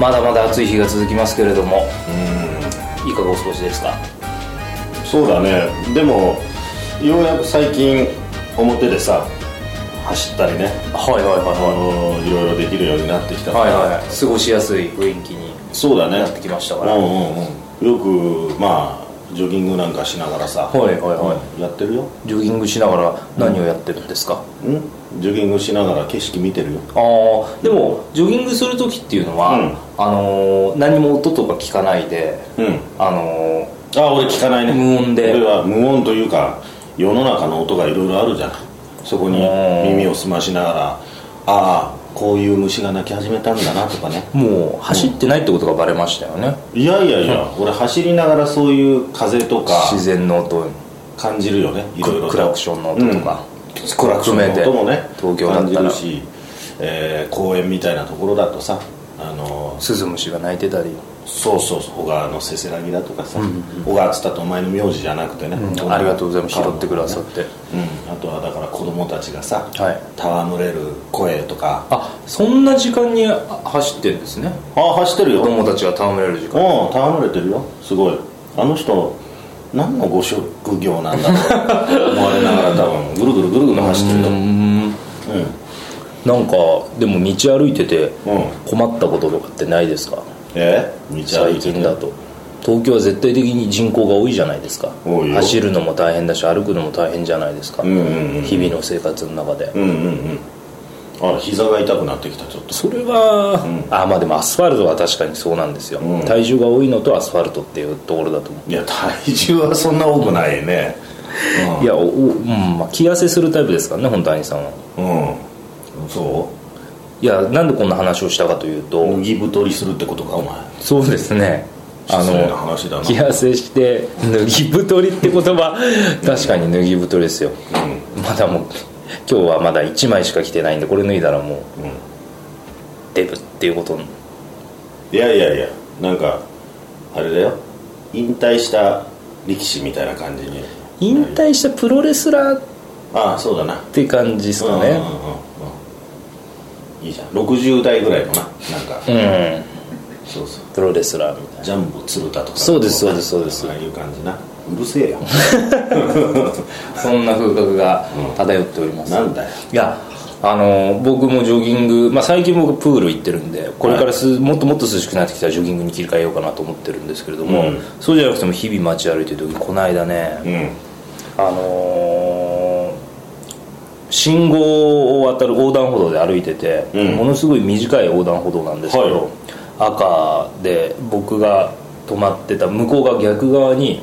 まだまだ暑い日が続きますけれどもうんいかがお過ごしですかそうだねでもようやく最近表でさ走ったりねはいはいはいあのいろいろできるようになってきたから、はいはい過ごしやすい雰囲気にそうだねなってきましたからうんうんうん、よくまあジョギングなんかしながらさ、はいはいはやってるよジョギングしながら何をやってるんですか、うんジョギングしながら景色見てるよああでもジョギングする時っていうのは、うんあのー何も音とか聞かないで、うんあのあ俺聞かないね無音で俺は無音というか世の中の音がいろいろあるじゃないそこにうん耳を澄ましながらああこういう虫が鳴き始めたんだなとかねーもう走ってないってことがバレましたよね、いやいやいや、俺走りながらそういう風とか自然の音感じるよねいろいろクラクションの音とか、クラクションの音もね東京だったら感じるし、えー公園みたいなところだとさあのスズムシが鳴いてたり、そうそうそう小川のせせらぎだとかさ、小川っつったとお前の名字じゃなくてね、ありがとうございます拾ってくださって、うん、あとはだから子供たちがさ、はい戯れる声とかあそんな時間にあ走ってるんですねああ走ってるよ子うん供たちが戯れる時間戯れてるよすごいあの人何のご職業なんだろう思われながら多分ぐるぐるぐるぐる走ってるよなんかでも道歩いててうん、うん、困ったこととかってないですかえ道歩いてて最近だと東京は絶対的に人口が多いじゃないですか多いよ走るのも大変だし歩くのも大変じゃないですか、うんうんうん日々の生活の中で、うんうんうんあ膝が痛くなってきたちょっとそれは、あまあでもアスファルトは確かにそうなんですよ、うん体重が多いのとアスファルトっていうところだと思ういや体重はそんな多くないねいやお、おうんまあ、着痩せするタイプですからね本当兄さんはうんそいやなんでこんな話をしたかというと、う麦太りするってことかお前そうですね失礼な話だな着痩せして脱ぎ太りって言葉確かに脱ぎ太りですよ、まだもう今日はまだ1枚しか着てないんでこれ脱いだらもう、うんデブっていうことにいやいやいやなんかあれだよ引退した力士みたいな感じに引退したプロレスラーっああそうだなて感じですかうんうんねうんうんいいじゃん60代ぐらいのななんか、うん、そうそうプロレスラーみたいなジャンボ鶴田とかそうですそうですそうですああいう感じなうるせえよそんな風格が漂っております、なんだよいやあの僕もジョギング、まあ、最近僕プール行ってるんでこれからす、もっともっと涼しくなってきたらジョギングに切り替えようかなと思ってるんですけれども、うんそうじゃなくても日々街歩いてる時この間ね、うんあのー信号を渡る横断歩道で歩いてて、うんものすごい短い横断歩道なんですけど、赤で僕が止まってた向こう側逆側に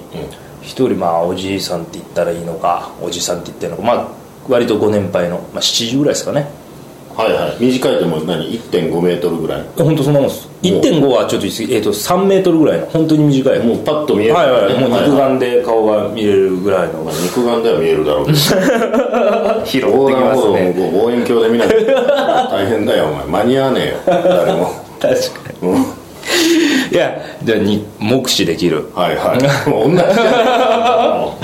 一人まあおじいさんって言ったらいいのかおじさんって言ってるのかまあ割とご年配の、まあ、7時ぐらいですかねはいはい短いともう何1.5メートルぐらい本当そんなもんです1.5はちょっと言い過ぎ、えー、と3メートルぐらいの本当に短いもうパッと見えるはいはいもう肉はい眼で顔が見れるぐらいのまあ肉眼では見えるだろうけど 拾ってき横断ま歩す道ねもこう望遠鏡で見ないと大変だよお前間に合わねえよ誰も確かうんにいやじゃあに目視できるはいはいもう同じじゃ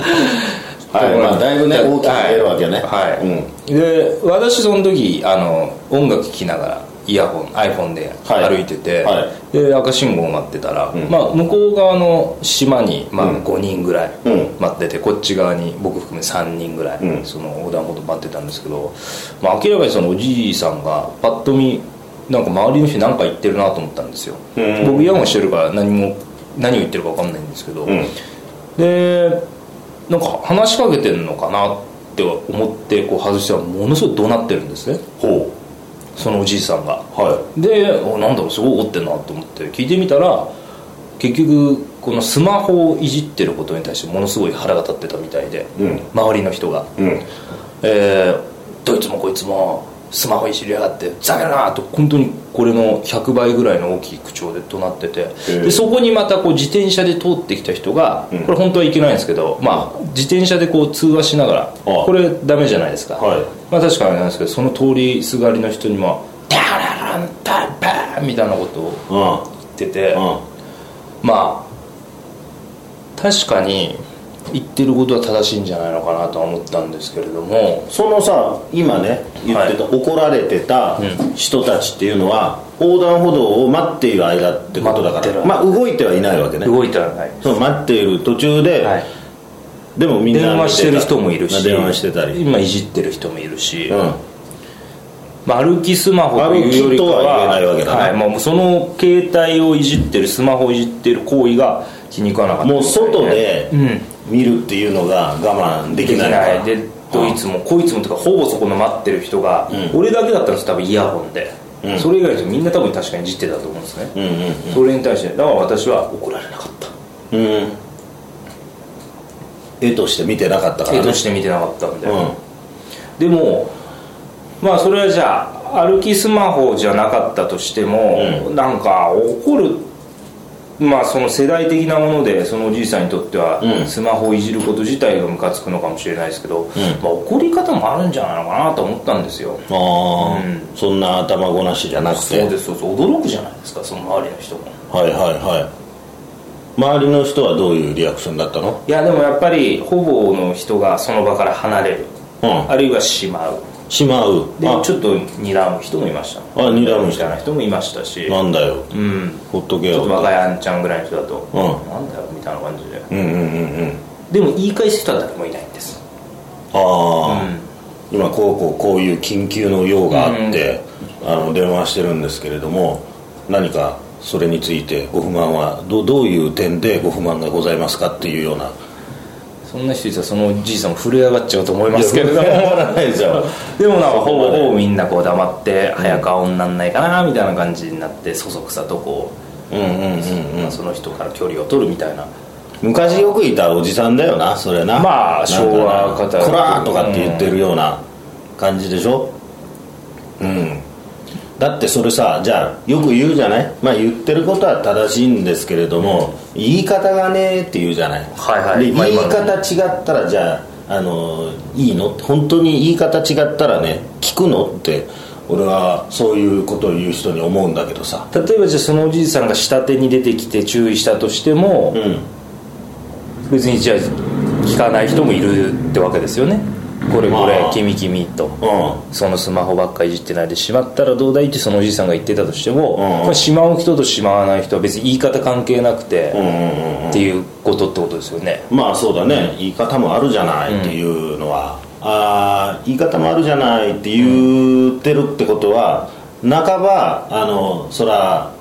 ないはいまあだいぶね大きく見えるわけねはい、うんで私その時あの音楽聴きながらイヤホン iPhone ではい歩いてて、はで赤信号待ってたら、まあ、向こう側の島に、まあ、5人ぐらいうん待ってて、こっち側に僕含め3人ぐらい、うんその横断歩道待ってたんですけど、まあ、明らかにそのおじいさんがパッと見なんか周りの人なんか言ってるなと思ったんですようん僕イヤホンしてるから何も何を言ってるか分かんないんですけど、うんでなんか話しかけてんのかなって思ってこう外したらものすごい怒鳴ってるんですねほそのおじいさんがうはでおなんだろうすごい怒ってんなと思って聞いてみたら結局このスマホをいじってることに対してものすごい腹が立ってたみたいで、うん周りの人がいうんえーどいつもこいつもスマホいじりやがってふざけるなと本当にこれの100倍ぐらいの大きい口調で怒鳴ってて、えでそこにまたこう自転車で通ってきた人が、これ本当はいけないんですけど、まあ、自転車でこう通話しながらああこれダメじゃないですか、はいまあ、確かになんですけどその通りすがりの人にも「タラランタッパー」みたいなことをうん言ってて、うんまあ確かに言ってることは正しいんじゃないのかなとは思ったんですけれどもそのさ今ね言ってた、怒られてたうん人たちっていうのは、横断歩道を待っている間ってことだか待ってらるまあ動いてはいないわけね動いてはないその待っている途中で、はいでもみんな電話してる人もいるし電話してたり、今いじってる人もいるし、うん、まあ、歩きスマホというよりかは歩きとは言えないわけだなはいまあ、その携帯をいじってるスマホをいじってる行為が気に食わなかったもう外でうん見るっていうのが我慢ででききないないからでどいつもこいつもとかほぼそこの待ってる人が、うん俺だけだったんです多分イヤホンで、うんそれ以外の人みんな多分確かにいじってたと思うんですね、うんうんそれに対してだから私は怒られなかったうんうん絵として見てなかったから絵とねして見てなかったんで、うんでもまあそれはじゃあ歩きスマホじゃなかったとしても、なんか怒るまあその世代的なものでそのおじいさんにとってはうんスマホをいじること自体がムカつくのかもしれないですけど、まあ、怒り方もあるんじゃないのかなと思ったんですよああ、そんな頭ごなしじゃなくてそうですそうです驚くじゃないですかその周りの人もはいはいはい周りの人はどういうリアクションだったのいやでもやっぱりほぼの人がその場から離れるうんあるいはしまうしまうであちょっと睨む人もいましたあ睨むみ人たいな人もいましたしなんだようんほっとけちょっよと若いあんちゃんぐらいの人だと、うんなんだよみたいな感じでうんうんうんうんでも言い返す人は誰もいないんですああ、今こうこうこういう緊急の用があって、あの電話してるんですけれども何かそれについてご不満はどどういう点でご不満がございますかっていうようなそんな人いたらそのおじいさんも震え上がっちゃうと思いますけれどもいや不満はないですよでもなんかそこほまぼでほぼみんなこう黙って早く青になんないかなみたいな感じになってそそくさとこうんうんうんう、まあその人から距離を取るみたいな昔よくいたおじさんだよなそれなまあなんか昭和方こらーとかって言ってるような感じでしょうんだってそれさじゃあよく言うじゃないまあ言ってることは正しいんですけれども、言い方がねーって言うじゃないはいはいでまあ言い今の方違ったらじゃああのいいの本当に言い方違ったらね聞くのって俺はそういうことを言う人に思うんだけどさ例えばじゃあそのおじいさんが下手に出てきて注意したとしても、うん別にじゃあ聞かない人もいるってわけですよねこれこれ、まあ君君とうんそのスマホばっかいじってないでしまったらどうだいってそのおじいさんが言ってたとしても、うんうんまあ、しまう人としまわない人は別に言い方関係なくて、うんうんうんっていうことってことですよねまあそうだね、言い方もあるじゃないっていうのは、ああ言い方もあるじゃないって言ってるってことは半ばあのそら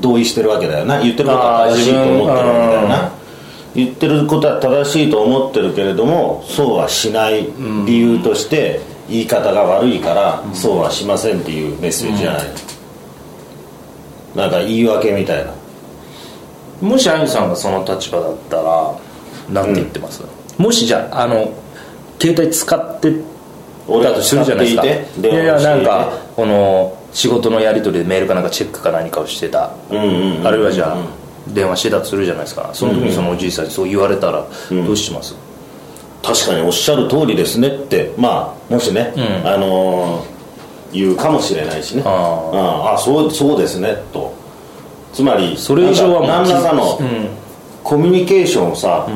同意してるわけだよな言ってることは正しいと思ってるわけだよあな言ってることは正しいと思ってるけれどもそうはしない理由として言い方が悪いから、そうはしませんっていうメッセージじゃない、なんか言い訳みたいなもしあゆさんがその立場だったらなんて言ってます、もしじゃああの携帯使って俺だはとす使るっじゃないてでいすかていやい電や話していてなんかこの仕事のやり取りでメールかなんかチェックか何かをしてたうんうんうんあるいはじゃあ電話してたとするじゃないですかその時にそのおじいさんにそう言われたらどうします、確かにおっしゃる通りですねってまあもしね、うんあのー言うかもしれないしねあうんあそうそうですねとつまりそれ以上はもう何らかのうんコミュニケーションをさ、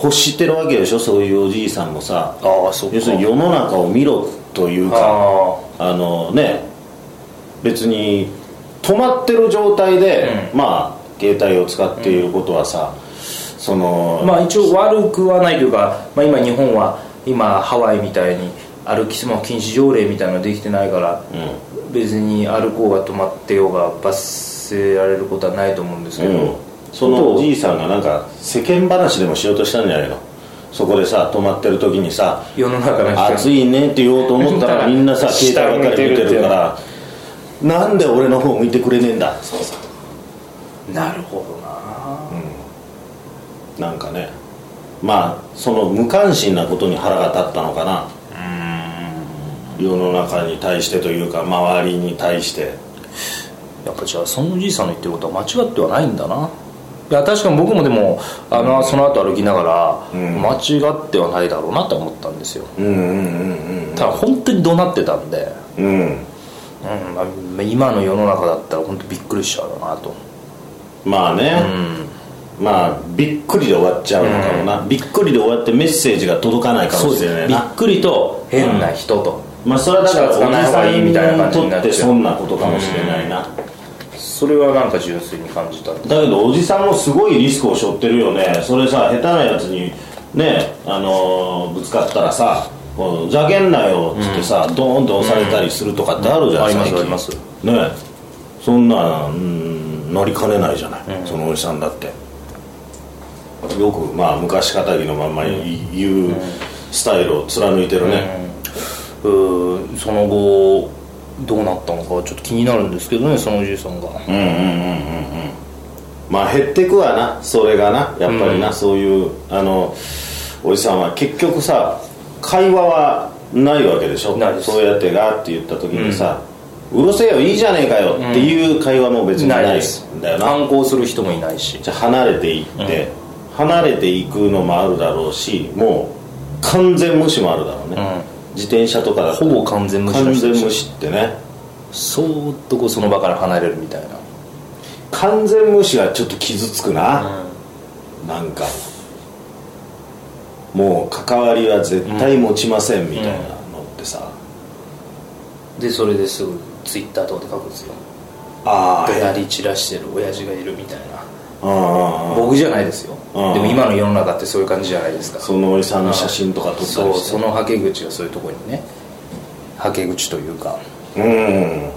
欲してるわけでしょそういうおじいさんもさああそっか要するに世の中を見ろというかああのね別に止まってる状態で、まあ携帯を使っていることはさ、そのあまあ一応悪くはないというか、まあ、今日本は今ハワイみたいに歩きスマホ禁止条例みたいなのできてないから、別に歩こうが止まってようが罰せられることはないと思うんですけど、そのおじいさんがなんか世間話でもしようとしたんじゃないのそこでさ泊まってる時にさ世の中の人暑いねって言おうと思ったらみんなさ携下帯ばっかり見てるからなんで俺の方向いてくれねえんだそうさなるほどななんかねまあその無関心なことに腹が立ったのかな世の中に対してというか周りに対してやっぱじゃあそのおじいさんの言ってることは間違ってはないんだないや確かに僕もでもあの、その後歩きながら、うん間違ってはないだろうなと思ったんですようんうんただ本当に怒鳴ってたんで、うんうんうんうんまあ今の世の中だったら本当びっくりしちゃうなとまあね、まあびっくりで終わっちゃうのかもな、びっくりで終わってメッセージが届かないかそもうしれなでいすねびっなくりと変な人と、まあそれはだからお力つかないじ方さがんいいにみたいな感じとになっっちゃてうそんなことかもしれないな、それはなんか純粋に感じただけどおじさんもすごいリスクを背負ってるよねそれさ下手なやつにねあのーぶつかったらさ「こうざけんなよ」っつってさ、ドーンと押されたりするとかってあるじゃん、あります最近ありますねそんな、うん、なりかねないじゃない、そのおじさんだってよくまあ昔かたぎのまんま言うスタイルを貫いてるね、うんその後どうなったのかちょっと気になるんですけどねそのおじいさんがうんうんうんうんうんまあ減ってくわなそれがなやっぱりな、そういうあのおじさんは結局さ会話はないわけでしょないですそうやってガーって言った時にさ、うるせえよいいじゃねえかよっていう会話も別にないんだよな、反抗する人もいないしじゃあ離れていって、離れていくのもあるだろうしもう完全無視もあるだろうね、自転車とかだとほぼ完全無視の完人全でし無ょ視ってねそーっとこうその場から離れるみたいな完全無視はちょっと傷つくな、なんかもう関わりは絶対持ちませんみたいなのってさ、でそれですぐツイッターとかで書くんですよああ怒鳴り散らしてる親父がいるみたいなああ僕じゃないですよでうんも今の世の中ってそういう感じじゃないですかそのおじさんの写真とか撮ったりしてそうそのはけ口がそういうところにねはけ口というかうん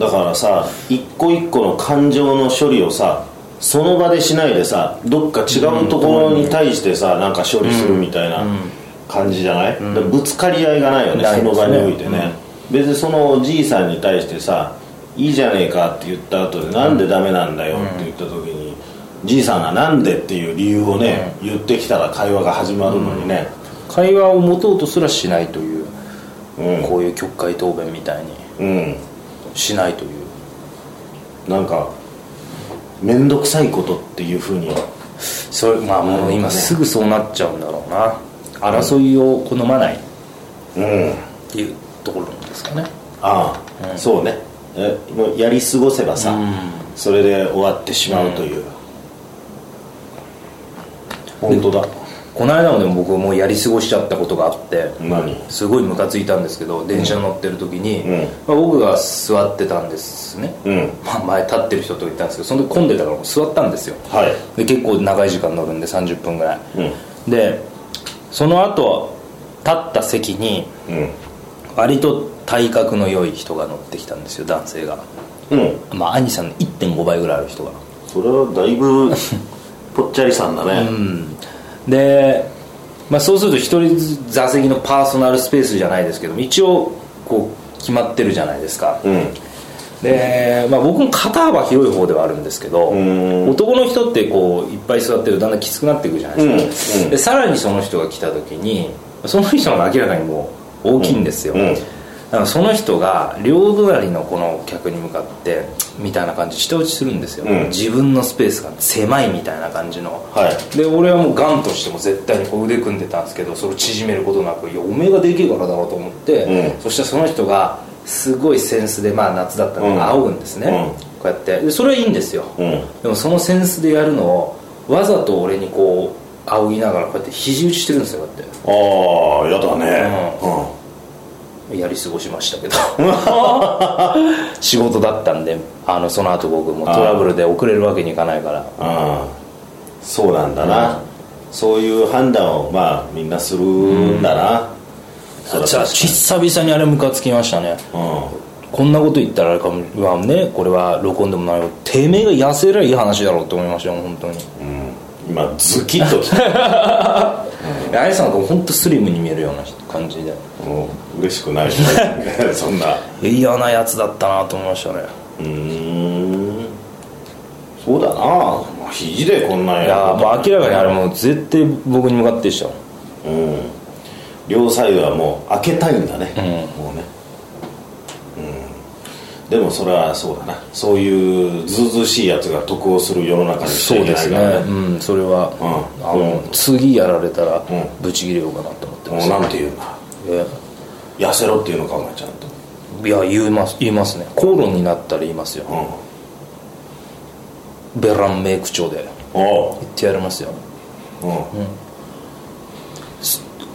だからさ一個一個の感情の処理をさその場でしないでさどっか違うところに対してさ、なんか処理するみたいな感じじゃない、だからぶつかり合いがないよね、ないそですねの場においてね、別にそのおじいさんに対してさ「いいじゃねえか」って言った後で「なんでダメなんだよ」って言った時に、じいさんが「なんで?」っていう理由をね、言ってきたら会話が始まるのにね、会話を持とうとすらしないといううんこういう曲解答弁みたいにうん、しないというなんか面倒くさいことっていうふうにそれまあもうなるほどね今すぐそうなっちゃうんだろうな争いを好まないっうんていうところなんですかねああ、そうねえもうやり過ごせばさ、それで終わってしまうという、本当だこの間もでも僕もうやり過ごしちゃったことがあって何すごいムカついたんですけど電車乗ってる時に、うまんあ、僕が座ってたんですね、うんまあ、前立ってる人と言ったんですけどその時混んでたから座ったんですよはいで結構長い時間乗るんで30分ぐらい、うでその後立った席にうん割と体格の良い人が乗ってきたんですよ男性がうんまあ兄さんの1.5倍ぐらいある人がそれはだい ぶぽっちゃりさんだね、で、まあ、そうすると一人ずつ座席のパーソナルスペースじゃないですけども一応こう決まってるじゃないですか、うんで、まあ、僕も肩幅広い方ではあるんですけどん男の人ってこういっぱい座ってるとだんだんきつくなっていくじゃないですか、うんうんでさらにその人が来た時にその人が明らかにもう大きいんですよ、うんうんだからその人が両隣のこの客に向かってみたいな感じで舌打ちするんですよ、うん自分のスペースが狭いみたいな感じの、はいで俺はもうガンとしても絶対にこう腕組んでたんですけどそれを縮めることなくいやおめえがでけえからだろうと思って、うんそしたらその人がすごいセンスでまあ夏だったうんので仰ぐんですね、うんこうやってでそれはいいんですよ、うんでもそのセンスでやるのをわざと俺にこう仰ぎながらこうやって肘打ちしてるんですよこうやっああやだねうてやり過ごしました けど仕事だったんであのその後僕もトラブルで遅れるわけにいかないからうん、うんそうなんだな、そういう判断をまあみんなするんだな、そりゃじゃあ久々にあれムカつきましたねうんこんなこと言ったらあれかもまあねこれは録音でもないけどてめえが痩せりゃいい話だろうと思いましたよ本当に今ズキッ ときたあやさんが本当スリムに見えるような感じでもう嬉しくない そんないや嫌なやつだったなと思いましたねうーんそうだなまあ肘でこんなんいややーもう明らかにあれもう絶対僕に向かってでしたもんうん両サイドはもう開けたいんだね、もうねうんでもそれはそうだなそういうずうずうしいやつが得をする世の中にしちゃいけないからねうんそれは、うんあの次やられたらんブチ切れようかなと思ってまもす、うなんて言うんだ痩せろっていうのかお前ちゃんとえいや言います言いますね口論になったら言いますようんベランメイク調でおう言ってやりますようん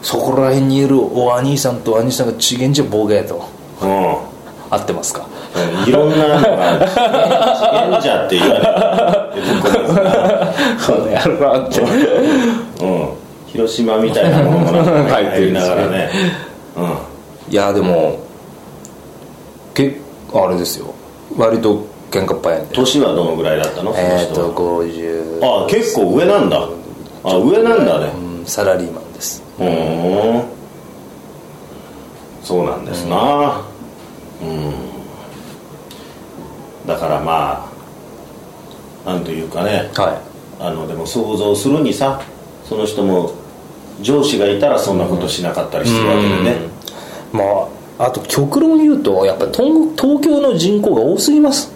そこら辺にいるお兄さんと兄さんがちげんじゃボケやとうん合ってますかうんいろんなのが「演者」って言われてるそうねやるなってうん広島みたいなものもなんか入って入るりんでなすよがらねうん いやでもけあれですよ割と喧嘩っ早いんで年はどのぐらいだったのそのえっ、ー、人とは50あ結構上なんだあ上なんだねうんサラリーマンですふーんそうなんですなうんだからまあなんというかねはあのでも想像するにさその人も上司がいたらそんなことしなかったりするわけでねいまああと極論言うとやっぱり東東京の人口が多すぎます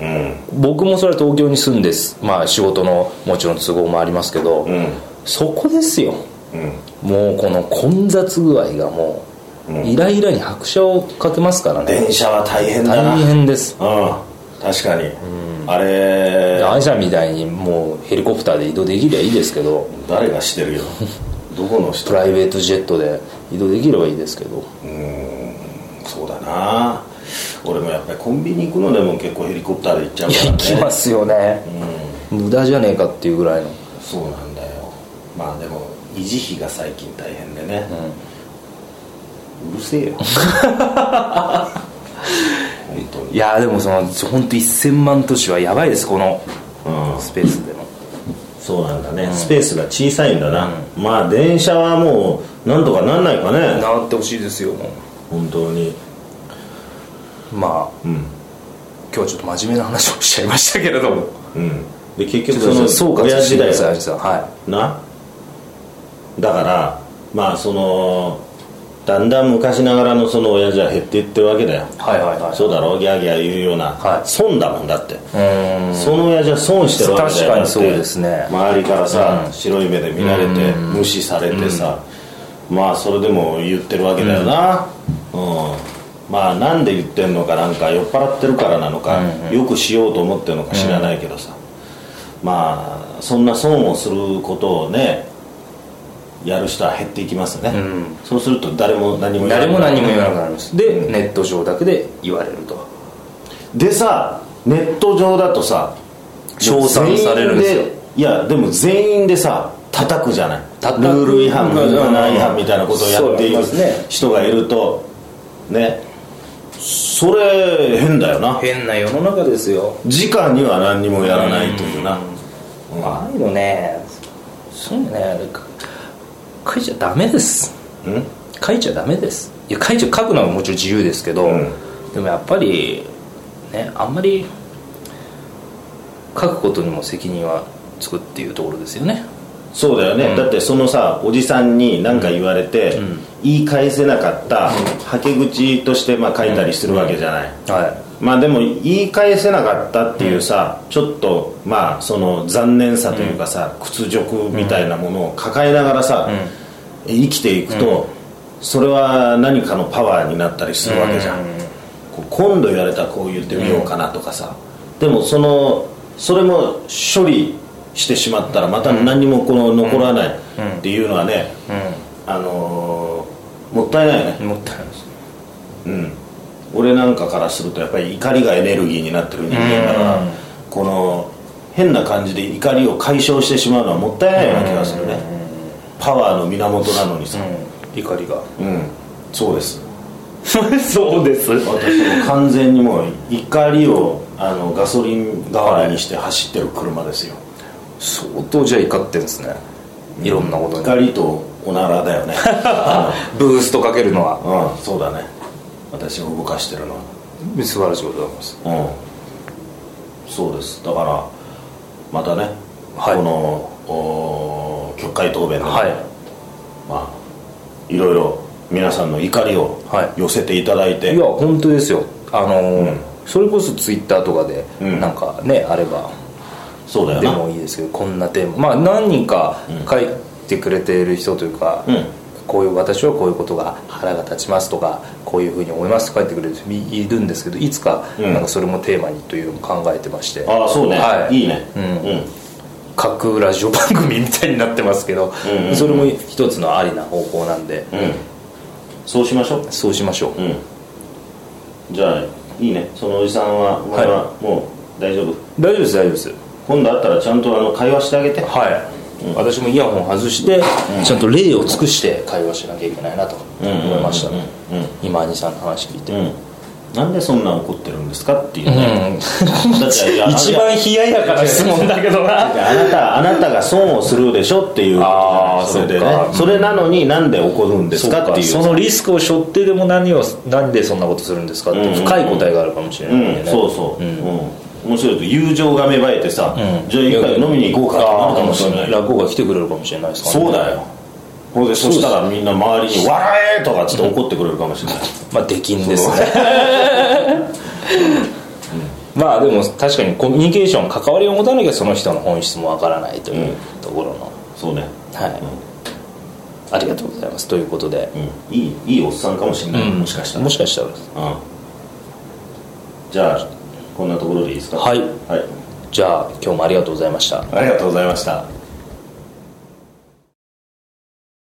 うん僕もそれは東京に住んですまあ仕事のもちろん都合もありますけど、うんそこですようんもうこの混雑具合がもうんうイライラに拍車をかけますからね電車は大変だな大変ですうん確かに、あれアイさんみたいにもうヘリコプターで移動できればいいですけど誰がしてるよどこの人プライベートジェットで移動できればいいですけどそうだな俺もやっぱりコンビニ行くのでも結構ヘリコプターで行っちゃうから、ね、行きますよね、無駄じゃねえかっていうぐらいのそうなんだよまあでも維持費が最近大変でね、う るせえよ本当にいやでもその本当1000万都市はやばいですこのうんスペースでのそうなんだね、スペースが小さいんだな、まあ電車はもうなんとかなんないかねなってほしいですよ本当にまあうん今日はちょっと真面目な話をしちゃいましたけれどもうんでち結ょっと局そ総の括親して父くだだよさいアイさんはなだからまあそのだんだん昔ながらのその親父は減っていってるわけだよいはいはいはいそうだろうギャーギャー言うような、はい損だもんだってうーんその親父は損してるわけだよ確かにだってそうですね周りからさ、うん白い目で見られて無視されてさ、まあそれでも言ってるわけだよなうん、まあなんで言ってんのかなんか酔っ払ってるからなのか、よくしようと思ってるのか知らないけどさ、まあそんな損をすることをねやる人は減っていきますね、んそうすると誰も何も言わな誰いも何も言わなくなりますでうんネット上だけで言われるとでさネット上だとさ称賛されるんですよ全員いやでも全員でさ叩くじゃない叩くルール違反うんマナー違反みたいなことをやっているそうやりますね人がいるとねそれ変だよな変な世の中ですよ時間には何にもやらないというなうんああいうのねそういうのねか書いちゃダメですうん書いちゃダメですいや書いちゃ書くのはもちろん自由ですけど、うんでもやっぱりねあんまり書くことにも責任はつくっていうところですよねそうだよね、だってそのさおじさんに何か言われて、言い返せなかったはけ口としてまあ書いたりするわけじゃない、はまあでも言い返せなかったっていうさ、ちょっとまあその残念さというかさ、屈辱みたいなものを抱えながらさ、生きていくと、それは何かのパワーになったりするわけじゃん、こう今度言われたらこう言ってみようかなとかさ、でもそのそれも処理してしまったらまた何にもこの残らないっていうのはね、あのーもったいないよねいもったいないですうん、俺なんかからするとやっぱり怒りがエネルギーになってる人間だから、この変な感じで怒りを解消してしまうのはもったいないような気がするね、パワーの源なのにさ、怒りがうんそうです そうです私も完全にもう怒りをあのガソリン代わりにして走ってる車ですよ相当じゃあ怒ってんですねいろんなことに怒りとおならだよね、ブーストかけるのはうん、そうだね私を動かしてるのは素晴らしいことでございますうん、そうですだからまたね、はいこのおー曲解答弁でね、はいまあ、いろいろ皆さんの怒りをはい寄せていただいて、いや本当ですよあのーうんそれこそツイッターとかでうんなんかね、あればそうだよでなもいいですけどこんなテーマまあ何人か書いてくれている人というか、うんこういう私はこういうことが腹が立ちますとかこういうふうに思いますと書いてくれる人いいるんですけどいつかうんなんかそれもテーマにというのも考えてまして、ああそうね、はいいねうんうん各ラジオ番組みたいになってますけど、うんうんうんそれも一つのありな方法なんで、うんそうしましょうそうしましょう、うんじゃあいいねそのおじさんはお前はもう大丈夫、大丈夫です大丈夫です今度会ったらちゃんとあの会話してあげてはい、私もイヤホン外して、ちゃんと礼を尽くして会話しなきゃいけないなと思いました、うんうんうんうん今兄さんの話聞いて、うんなんでそんな怒ってるんですかっていうね、うんだってい や一番冷ややかな質問だけど なあなたあなたが損をするでしょっていうあーそれでそうねかそれなのになんで怒るんですかっていうそのリスクを背負ってでも何をなんでそんなことするんですかってうんうんうん深い答えがあるかもしれなういんでんねそうそう、うんん面白いと友情が芽生えてさ、うんじゃあ一回飲みに行こうかってなるかもしれない落語が来てくれるかもしれないですからねそうだよほんでそしたらみんな周りに「笑え!」とかっつって怒ってくれるかもしれないまあできんですねまあでも確かにコミュニケーション関わりを持たなきゃその人の本質もわからないというところの、そうねはい、ありがとうございますということで、うんいいいいおっさんかもしれない、もしかしたらもしかしたらうんじゃあこんなところでいいですかはいはい、じゃあ今日もありがとうございましたありがとうございました